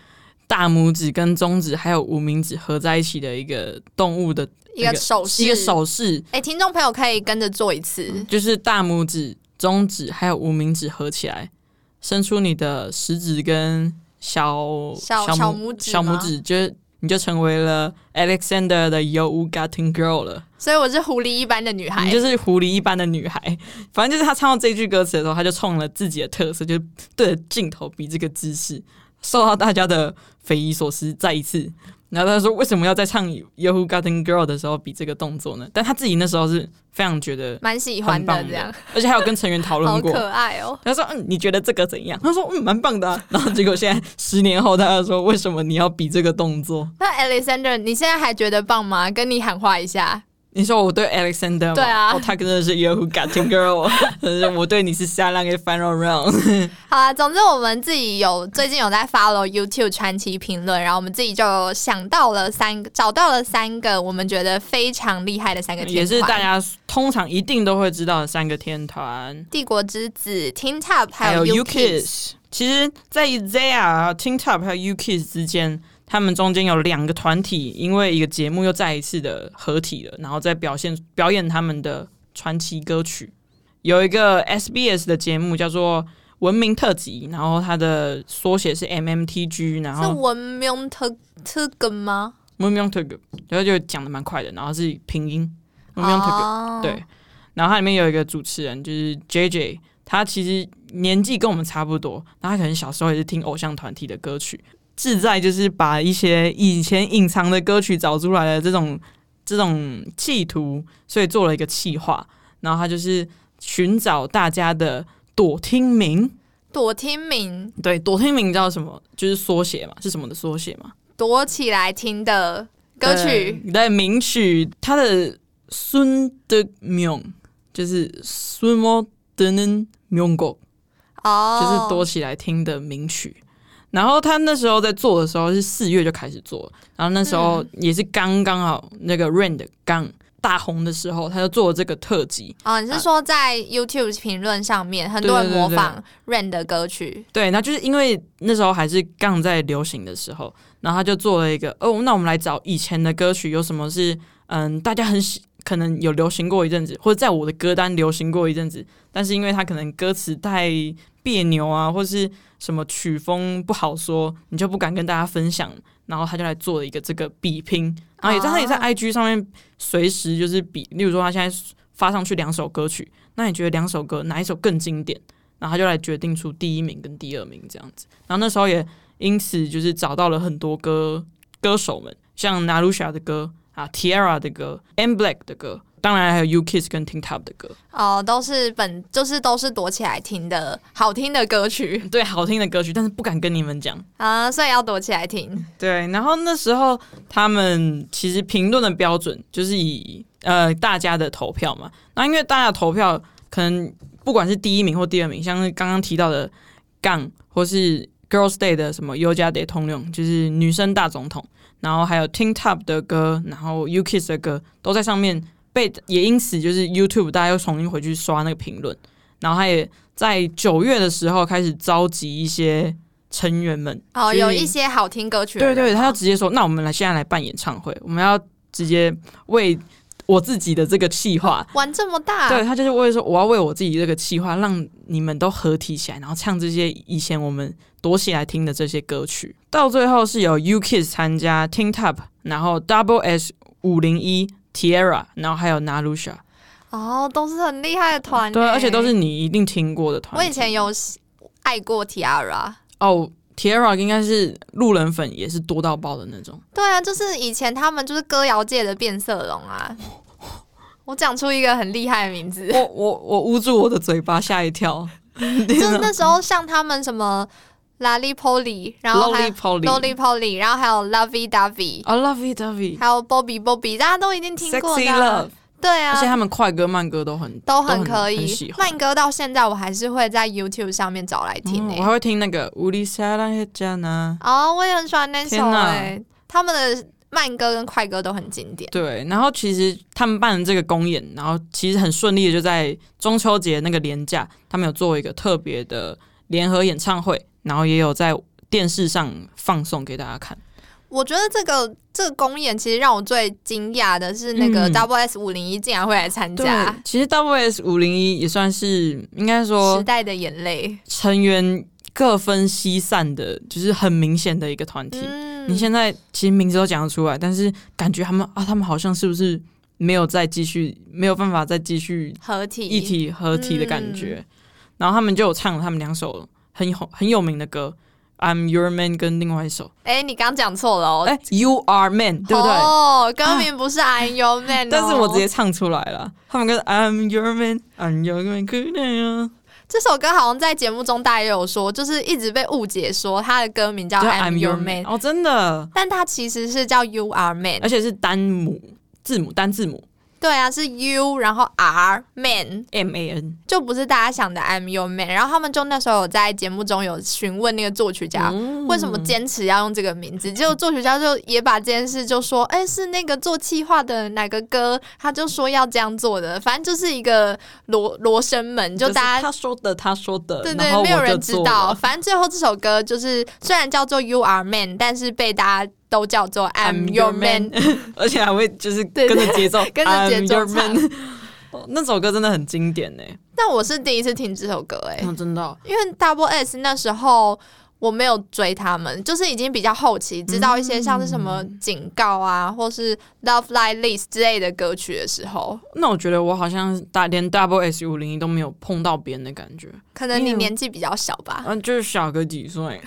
Speaker 2: 大拇指跟中指还有无名指合在一起的一个动物的
Speaker 1: 一个手势，
Speaker 2: 一个。手势。
Speaker 1: 哎、听众朋友可以跟着做一次。
Speaker 2: 就是大拇指、中指还有无名指合起来，伸出你的食指跟小
Speaker 1: 小
Speaker 2: 小
Speaker 1: 小拇指
Speaker 2: 小拇
Speaker 1: 吗
Speaker 2: 指，就是你就成为了 Alexander 的 y o g a t t i n Girl 了，
Speaker 1: 所以我是狐狸一般的女
Speaker 2: 你
Speaker 1: 孩。
Speaker 2: 就是狐狸一般的女孩。反正就是她唱到这句歌词的时候，她就冲了自己的特色，就是对着镜头比这个姿势，受到大家的匪夷所思。再一次，然后她说为什么要在唱 y o g a t t i n Girl 的时候比这个动作呢？但她自己那时候是非常觉得
Speaker 1: 蛮喜欢
Speaker 2: 很棒
Speaker 1: 的，这样
Speaker 2: 而且还有跟成员讨论
Speaker 1: 好
Speaker 2: 过。
Speaker 1: 可爱哦、
Speaker 2: 他说：“嗯，你觉得这个怎样？”他说：“嗯，蛮棒的啊、然后结果现在十年后，大家说：“为什么你要比这个动作
Speaker 1: 那 Alexander，你现在还觉得棒吗？跟你喊话一下，？”
Speaker 2: 你说我对 Alexander 吗
Speaker 1: 对啊
Speaker 2: 哦，他真的是 You Who Got It Girl，但是我对你是下浪给 Final Round。
Speaker 1: 好啦，总之我们自己有最近有在 follow YouTube 传奇评论，然后我们自己就想到了三个，找到了三个我们觉得非常厉害的三个天团，
Speaker 2: 也是大家通常一定都会知道的三个天团，
Speaker 1: 帝国之子、Teen Top 还
Speaker 2: 还有
Speaker 1: 有
Speaker 2: U
Speaker 1: Kids。
Speaker 2: Kiss。其实，在 Zaya、Teen Top 还有 U Kiss 之间，他们中间有两个团体，因为一个节目又再一次的合体了，然后再表现表演他们的传奇歌曲。有一个 SBS 的节目叫做《文明特辑》，然后它的缩写是 MMTG，然
Speaker 1: 是
Speaker 2: 后
Speaker 1: 文明特特根吗？
Speaker 2: m u m y o n t u g 然后就讲的蛮快的，然后是拼音 m u m y o n t u g
Speaker 1: 哦，
Speaker 2: 对，然后它里面有一个主持人就是 J J，他其实年纪跟我们差不多，然后他可能小时候也是听偶像团体的歌曲，志在就是把一些以前隐藏的歌曲找出来的这种这种企图，所以做了一个企划，然后他就是寻找大家的躲听名。
Speaker 1: 躲听名，
Speaker 2: 对，躲听名叫什么？就是缩写嘛，是什么的缩写嘛？
Speaker 1: 躲起来听的歌曲，
Speaker 2: 对，对名曲，它的孙的명就是孙모드는명곡，
Speaker 1: 哦，
Speaker 2: 就是躲起来听的名曲。然后他那时候在做的时候是四月就开始做，然后那时
Speaker 1: 嗯
Speaker 2: 候也是刚刚好那个 Rain 的刚大红的时候，他就做了这个特辑。
Speaker 1: 哦，你是说在 YouTube 评论上面，很
Speaker 2: 对
Speaker 1: 多人
Speaker 2: 啊对对
Speaker 1: 模
Speaker 2: 对
Speaker 1: 仿 Rain 的歌曲，
Speaker 2: 对，那就是因为那时候还是刚在流行的时候，然后他就做了一个哦，那我们来找以前的歌曲有什么是嗯大家很喜，可能有流行过一阵子，或者在我的歌单流行过一阵子，但是因为他可能歌词太别扭啊，或是什么曲风不好说，你就不敢跟大家分享，然后他就来做了一个这个比拼，然后也在
Speaker 1: 哦
Speaker 2: 他也在 IG 上面随时就是比，例如说他现在发上去两首歌曲，那你觉得两首歌哪一首更经典？然后他就来决定出第一名跟第二名这样子，然后那时候也因此就是找到了很多歌歌手们，像 Narusha 的歌啊，Tierra 的歌，M Black 的歌，当然还有 U Kiss 跟 Tin Top 的歌，
Speaker 1: 哦，都是本就是都是躲起来听的好听的歌 曲
Speaker 2: 对，好听的歌曲，但是不敢跟你们讲。
Speaker 1: 啊、所以要躲起来听。
Speaker 2: 对，然后那时候他们其实评论的标准就是以呃大家的投票嘛，那因为大家的投票可能不管是第一名或第二名，像是刚刚提到的杠或是 Girls Day 的什么 U 加 Day 通用，就是女生大总统，然后还有 Teen Top 的歌，然后 U Kiss 的歌都在上面被，也因此就是 YouTube 大家又重新回去刷那个评论，然后他也在九月的时候开始召集一些成员们，
Speaker 1: 哦，
Speaker 2: 就是
Speaker 1: 有一些好听歌曲的
Speaker 2: 对
Speaker 1: 人吗，
Speaker 2: 对，他就直接说，那我们来现在来办演唱会，我们要直接为我自己的这个企划。
Speaker 1: 玩这么大，
Speaker 2: 对他就是为说，我要为我自己这个企划，让你们都合体起来，然后唱这些以前我们躲起来听的这些歌曲。到最后是有 U Kids 参加 Tin Top，然后 Double S 五零一 Tierra，然后还有 Narusha，
Speaker 1: 哦，都是很厉害的团欸，
Speaker 2: 对，而且都是你一定听过的团
Speaker 1: 我
Speaker 2: 体。
Speaker 1: 以前有爱过 Tiara。
Speaker 2: 哦，Tierra 应该是路人粉也是多到爆的那种。
Speaker 1: 对啊，就是以前他们就是歌谣界的变色龙 啊。我讲出一个很厉害的名字，
Speaker 2: 我我我捂住我的嘴巴，吓 一跳。
Speaker 1: 就是那时候像他们什么 Lali Polly，然后还
Speaker 2: Lolly Polly。哦
Speaker 1: Lolly Polly，然后还有 Lovey Dovey，
Speaker 2: I love it, Davi。
Speaker 1: 还有 Bobby Bobby，大家都一定听过的啊、对
Speaker 2: 而且
Speaker 1: 啊，
Speaker 2: 他们快歌慢歌都很
Speaker 1: 都
Speaker 2: 很
Speaker 1: 很可
Speaker 2: 很
Speaker 1: 以
Speaker 2: 喜。欢
Speaker 1: 慢歌到现在我还是会在 YouTube 上面找来听欸
Speaker 2: 嗯
Speaker 1: 诶、
Speaker 2: 我还会听那个《乌里沙拉黑加纳》。
Speaker 1: 哦，我也很喜欢那
Speaker 2: 天
Speaker 1: 首
Speaker 2: 哪
Speaker 1: 诶、他们的慢歌跟快歌都很经典。
Speaker 2: 对，然后其实他们办的这个公演，然后其实很顺利的就在中秋节那个连假，他们有做一个特别的联合演唱会，然后也有在电视上放送给大家看。
Speaker 1: 我觉得这个这个公演其实让我最惊讶的是，那个
Speaker 2: 嗯
Speaker 1: W S 五零一竟然会来参
Speaker 2: 对
Speaker 1: 加，
Speaker 2: 其实 W S 五零一也算是应该
Speaker 1: 《时
Speaker 2: 说
Speaker 1: 代的眼泪》。
Speaker 2: 成员各分西散的，就是很明显的一个团体。
Speaker 1: 嗯
Speaker 2: 你现在其实名字都讲得出来，但是感觉他们啊，他们好像是不是没有再继续，没有办法再继续
Speaker 1: 合体
Speaker 2: 一体合体的感
Speaker 1: 嗯
Speaker 2: 觉。然后他们就有唱了他们两首很有很有名的歌。I'm Your Man 跟另外一首，
Speaker 1: 哎、你刚讲错了哦，
Speaker 2: 哎、y o u Are Man，对不对？
Speaker 1: 哦，歌名不是 I'm Your Man，、哦
Speaker 2: 但是我直接唱出来了，他们跟 I'm Your Man，I'm Your Man，could 哦 I-
Speaker 1: 这首歌好像在节目中大家也有说，就是一直被误解说它的歌名叫
Speaker 2: 就
Speaker 1: 啊 I'm Your
Speaker 2: Man
Speaker 1: Man，
Speaker 2: 哦，真的，
Speaker 1: 但它其实是叫 You Are Man
Speaker 2: 而。且是单母字母单字母
Speaker 1: 对啊，是 You，然后 R Man，
Speaker 2: M A N，
Speaker 1: 就不是大家想的 I'm Your Man。然后他们就那时候有在节目中有询问那个作曲家。
Speaker 2: 嗯
Speaker 1: 为什么坚持要用这个名字？结果作曲家就也把这件事就说，哎、是那个做企划的哪个歌，他就说要这样做的，反正就是一个罗罗生门，就大家
Speaker 2: 他说的他说的，
Speaker 1: 对
Speaker 2: 然
Speaker 1: 对，
Speaker 2: 后我
Speaker 1: 没有人
Speaker 2: 就
Speaker 1: 知
Speaker 2: 做
Speaker 1: 道。
Speaker 2: 了，
Speaker 1: 反正最后这首歌就是虽然叫做 You Are Man，但是被大家都叫做 I'm Your Man。
Speaker 2: 而且还会就是
Speaker 1: 对
Speaker 2: 跟着节奏
Speaker 1: 跟着节奏
Speaker 2: I'm your man 哦那首歌真的很经典呢，
Speaker 1: 但我是第一次听这首歌、诶，哎，
Speaker 2: 真的哦
Speaker 1: 因为 Double S 那时候。我没有追他们，就是已经比较后期知道一些像是什么
Speaker 2: 嗯
Speaker 1: 警告啊，或是 Love Like This 之类的歌曲的时候，
Speaker 2: 那我觉得我好像大连 Double S 五零一都没有碰到别人的感觉，
Speaker 1: 可能你
Speaker 2: 嗯
Speaker 1: 年纪比较小吧。
Speaker 2: 嗯，就是小个几岁。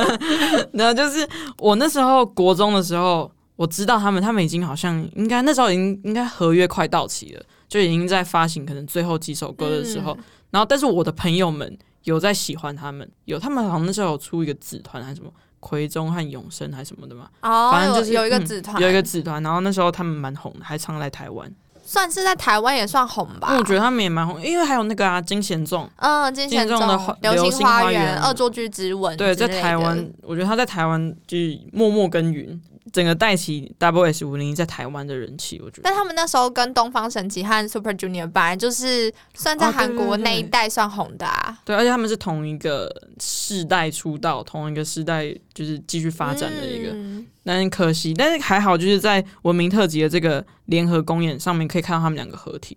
Speaker 2: 然后就是我那时候国中的时候，我知道他们，他们已经好像应该那时候已经应该合约快到期了，就已经在发行可能最后几首歌的时
Speaker 1: 嗯
Speaker 2: 候。然后，但是我的朋友们有在喜欢他们，有他们好像那时候有出一个子团还是什么。葵中和永生还是什么的嘛，
Speaker 1: 哦，
Speaker 2: 反正就是
Speaker 1: 有有一个
Speaker 2: 嗯
Speaker 1: 子团，
Speaker 2: 有一个子团，然后那时候他们蛮红的，还常来台湾。
Speaker 1: 算是在台湾也算红吧。
Speaker 2: 那我觉得他们也蛮红，因为还有那个啊金贤重，
Speaker 1: 嗯，金钱
Speaker 2: 金钟的花
Speaker 1: 流
Speaker 2: 流
Speaker 1: 星
Speaker 2: 星
Speaker 1: 花
Speaker 2: 花
Speaker 1: 园、
Speaker 2: 园
Speaker 1: 恶作剧之吻嗯之类
Speaker 2: 对，
Speaker 1: 的，
Speaker 2: 在台湾，我觉得他在台湾就是默默耕耘，整个带起 Double S 五零一在台湾的人气，我觉得
Speaker 1: 但。他们那时候跟东方神起和 Super Junior 本来就是算在
Speaker 2: 哦对
Speaker 1: 韩国
Speaker 2: 对对
Speaker 1: 那一代算红的啊。
Speaker 2: 对，而且他们是同一个世代出道，同一个世代就是继续发展的一个，
Speaker 1: 嗯
Speaker 2: 但是可惜，但是还好，就是在文明特辑的这个联合公演上面，可以看到他们两个合体。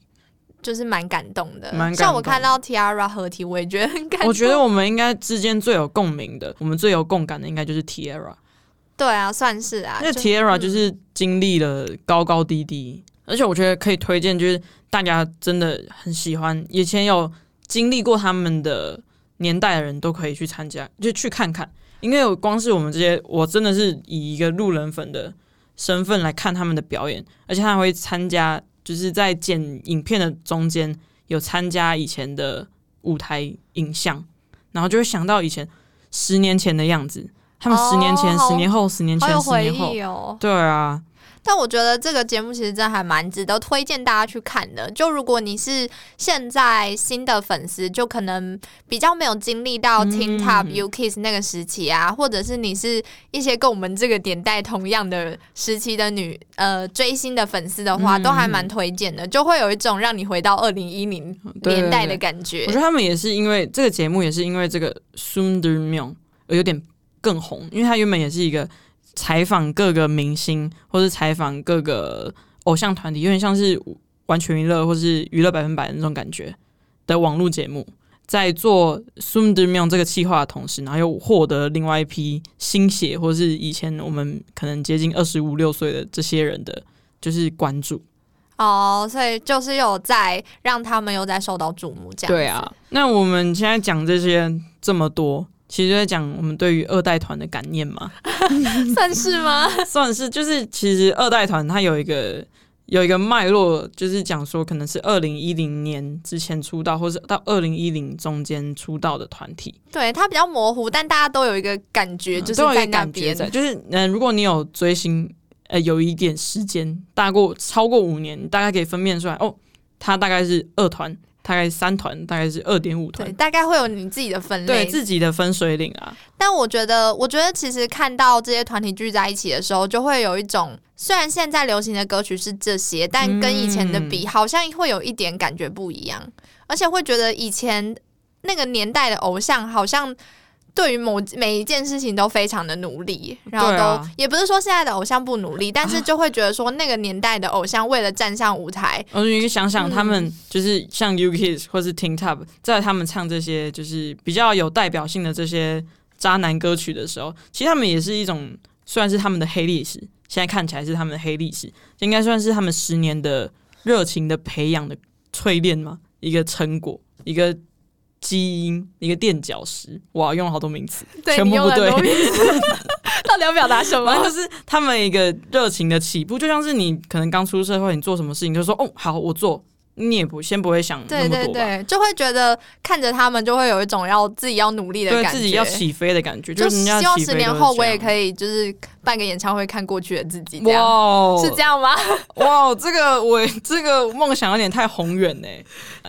Speaker 1: 就是蛮感动的。
Speaker 2: 蛮感动
Speaker 1: 像我看到 Tiara 合体，我也觉得很感动。
Speaker 2: 我觉得我们应该之间最有共鸣的，我们最有共感的，应该就是 Tierra。
Speaker 1: 对啊，算是啊。
Speaker 2: 那
Speaker 1: 就
Speaker 2: Tierra
Speaker 1: 嗯
Speaker 2: 就是经历了高高低低，而且我觉得可以推荐，就是大家真的很喜欢，以前有经历过他们的年代的人都可以去参加，就去看看。因为我光是我们这些，我真的是以一个路人粉的身份来看他们的表演，而且他还会参加，就是在剪影片的中间有参加以前的舞台影像，然后就会想到以前十年前的样子，他们十年前、
Speaker 1: 哦
Speaker 2: 十年后、十年
Speaker 1: 好
Speaker 2: 前、
Speaker 1: 有
Speaker 2: 十
Speaker 1: 回
Speaker 2: 年后
Speaker 1: 忆，哦。
Speaker 2: 对啊，
Speaker 1: 但我觉得这个节目其实真的还蛮值得推荐大家去看的。就如果你是现在新的粉丝，就可能比较没有经历
Speaker 2: 嗯
Speaker 1: 到 Teen Top、U Kiss 那个时期啊，或者是你是一些跟我们这个年代同样的时期的女呃追星的粉丝的话，
Speaker 2: 嗯
Speaker 1: 都还蛮推荐的，就会有一种让你回到二零一零
Speaker 2: 对
Speaker 1: 年代的感觉
Speaker 2: 我觉。得他们也是因为这个节目，也是因为这个 Sunder m y o n 有点更红，因为他原本也是一个采访各个明星或是采访各个偶像团体，有点像是完全娱乐或是娱乐百分百的那种感觉的网络节目。在做 Sunder m y o n 这个企划的同时，然后又获得另外一批新血，或是以前我们可能接近二十五六岁的这些人的，就是关注。
Speaker 1: 哦，所以就是有在让他们有在受到注目，这样
Speaker 2: 对啊，那我们现在讲这些这么多，其实就在讲我们对于二代团的感念嘛，
Speaker 1: 子算是吗？
Speaker 2: 算是就是其实二代团它有一个有一个脉络，就是讲说可能是二零一零年之前出道，或是到二零一零中间出道的团体，
Speaker 1: 对，它比较模糊，但大家都有一个感觉，就是
Speaker 2: 嗯都有一
Speaker 1: 在
Speaker 2: 个
Speaker 1: 那
Speaker 2: 感觉
Speaker 1: 边。
Speaker 2: 在，就是嗯、呃如果你有追星，呃，有一点时间，大过超过五年，你大概可以分辨出来哦，它大概是二团，大概是三团，大概是二点五
Speaker 1: 对，
Speaker 2: 团。
Speaker 1: 大概会有你自己的分
Speaker 2: 对
Speaker 1: 类。
Speaker 2: 自己的分水岭啊，
Speaker 1: 但我觉得，我觉得其实看到这些团体聚在一起的时候，就会有一种，虽然现在流行的歌曲是这些，但跟以前的
Speaker 2: 嗯
Speaker 1: 比，好像会有一点感觉不一样，而且会觉得以前那个年代的偶像好像对于某每一件事情都非常的努力，然后
Speaker 2: 对
Speaker 1: 都、
Speaker 2: 啊
Speaker 1: 也不是说现在的偶像不努力，但是就会觉得说那个年代的偶像为了站上舞台，
Speaker 2: 而且你哦想想，他们
Speaker 1: 嗯
Speaker 2: 就是像 U Kids 或是 Ting Top，在他们唱这些就是比较有代表性的这些渣男歌曲的时候，其实他们也是一种算是他们的黑历史。现在看起来是他们的黑历史，应该算是他们十年的热情的培养的淬炼嘛，一个成果，一个基因，一个垫脚石。哇，用了好多名 词，
Speaker 1: 对
Speaker 2: 全
Speaker 1: 你
Speaker 2: 部
Speaker 1: 用
Speaker 2: 不
Speaker 1: 了很
Speaker 2: 对
Speaker 1: 多。名字 到底要表达什
Speaker 2: 反正
Speaker 1: 么？
Speaker 2: 就是他们一个热情的起步，就像是你可能刚出社会，你做什么事情就说哦好，我做，你也不先不会想
Speaker 1: 对
Speaker 2: 那么多吧，
Speaker 1: 对对，就会觉得看着他们就会有一种要自己要努力的
Speaker 2: 对
Speaker 1: 感觉，
Speaker 2: 自己要起飞的感觉，
Speaker 1: 就是
Speaker 2: 人家
Speaker 1: 希望
Speaker 2: 起
Speaker 1: 十
Speaker 2: 飞
Speaker 1: 年后我也
Speaker 2: 以。
Speaker 1: 可以就是办个演唱会看过去的自己，这
Speaker 2: 哇
Speaker 1: 样
Speaker 2: 哦，
Speaker 1: 是这样吗？
Speaker 2: 哇，哦这个我这个梦想有点太宏远呢。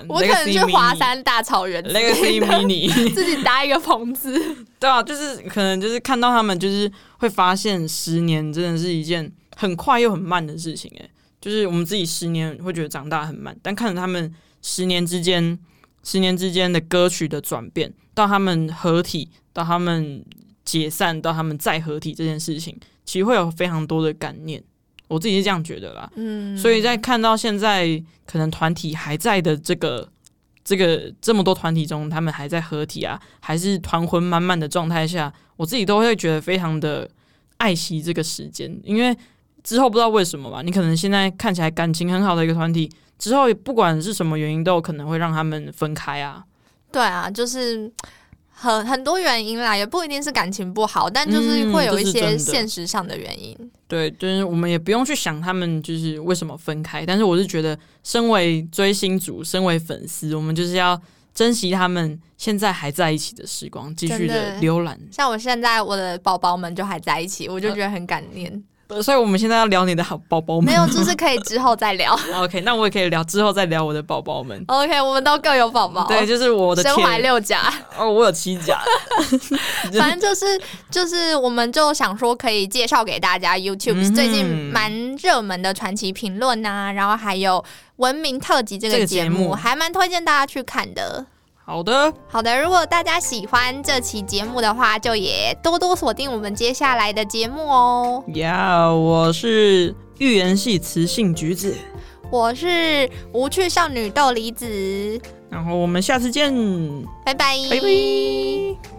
Speaker 1: 我可能去
Speaker 2: Legacy
Speaker 1: 华
Speaker 2: Mini
Speaker 1: 山大草原之类的
Speaker 2: Legacy Mini，
Speaker 1: 自己搭一个棚子。
Speaker 2: 对啊，就是可能就是看到他们，就是会发现十年真的是一件很快又很慢的事情、欸。就是我们自己十年会觉得长大很慢，但看着他们十年之间，十年之间的歌曲的转变，到他们合体，到他们解散，到他们再合体这件事情，其实会有非常多的感念。我自己是这样觉得啦，
Speaker 1: 嗯，
Speaker 2: 所以在看到现在可能团体还在的这个这个这么多团体中，他们还在合体啊，还是团魂满满的状态下，我自己都会觉得非常的爱惜这个时间，因为之后不知道为什么吧，你可能现在看起来感情很好的一个团体，之后不管是什么原因，都有可能会让他们分开啊。
Speaker 1: 对啊，就是很很多原因啦，也不一定是感情不好，但就是
Speaker 2: 嗯
Speaker 1: 会有一
Speaker 2: 这是真
Speaker 1: 些
Speaker 2: 的
Speaker 1: 现实上的原因。
Speaker 2: 对，就是我们也不用去想他们就是为什么分开，但是我是觉得，身为追星族，身为粉丝，我们就是要珍惜他们现在还在一起的时光，继
Speaker 1: 真
Speaker 2: 续的
Speaker 1: 的
Speaker 2: 浏览。
Speaker 1: 像我现在我的宝宝们就还在一起，我就
Speaker 2: 嗯
Speaker 1: 觉得很感念。
Speaker 2: 呃所以我们现在要聊你的好宝宝们
Speaker 1: 没。有，就是可以之后再聊。
Speaker 2: OK，那我也可以聊之后再聊我的宝宝们。
Speaker 1: OK，我们都各有宝宝，
Speaker 2: 对，就是我的
Speaker 1: 身怀
Speaker 2: 铁
Speaker 1: 六甲。
Speaker 2: 哦，我有七甲，
Speaker 1: 反正就是就是，我们就想说可以介绍给大家 YouTube、
Speaker 2: 嗯
Speaker 1: 最近蛮热门的传奇评论呐，然后还有文明特辑这
Speaker 2: 这
Speaker 1: 个
Speaker 2: 个
Speaker 1: 节
Speaker 2: 节
Speaker 1: 目，
Speaker 2: 目
Speaker 1: 还蛮推荐大家去看的。
Speaker 2: 好的，
Speaker 1: 好的，如果大家喜欢这期节目的话，就也多多锁定我们接下来的节目哦。
Speaker 2: 呀、我是预言系雌性橘子，
Speaker 1: 我是无趣少女豆梨子，
Speaker 2: 然后我们下次见，
Speaker 1: 拜拜，
Speaker 2: 拜拜。